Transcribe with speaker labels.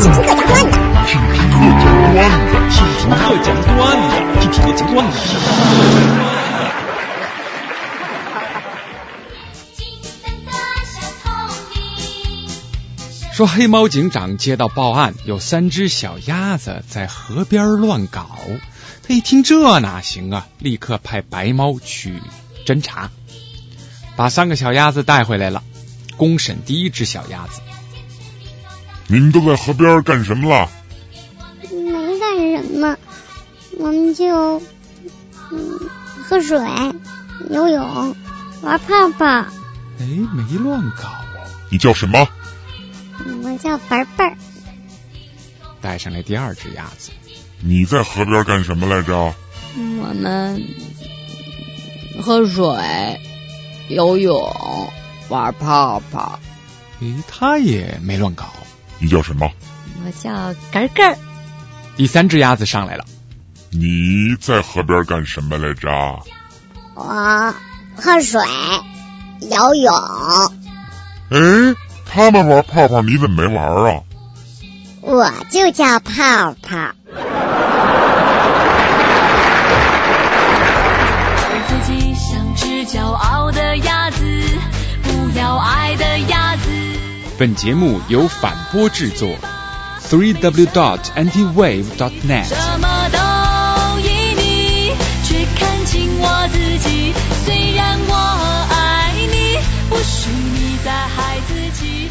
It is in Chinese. Speaker 1: 请听个段子，
Speaker 2: 请听各讲段子，
Speaker 3: 请听我讲段子，请听我讲段子。说黑猫警长接到报案，有三只小鸭子在河边乱搞。他一听这哪行啊，立刻派白猫去侦查，把三个小鸭子带回来了。公审第一只小鸭子，
Speaker 2: 你们都在河边干什么了？
Speaker 1: 没干什么，我们就嗯喝水、游泳、玩泡泡。
Speaker 3: 哎，没乱搞啊。
Speaker 2: 你叫什么？
Speaker 1: 嗯我叫凡凡儿，
Speaker 3: 带上来第二只鸭子，
Speaker 2: 你在河边干什么来着？
Speaker 4: 我们喝水、游泳、玩泡泡。
Speaker 3: 哎，它也没乱搞。
Speaker 2: 你叫什么？
Speaker 4: 我叫格格儿，
Speaker 3: 第三只鸭子上来了，
Speaker 2: 你在河边干什么来着？
Speaker 1: 我喝水、游泳。
Speaker 2: 哎，他们玩泡泡，你怎么没玩啊？
Speaker 1: 我就叫泡泡，
Speaker 5: 爱自己像只骄傲的鸭子，不要爱的鸭子。
Speaker 3: 本节目由反播制作，three w dot antiwave dot net。
Speaker 5: 什么都依你，却看清我自己。虽然我爱你，不许你再害自己。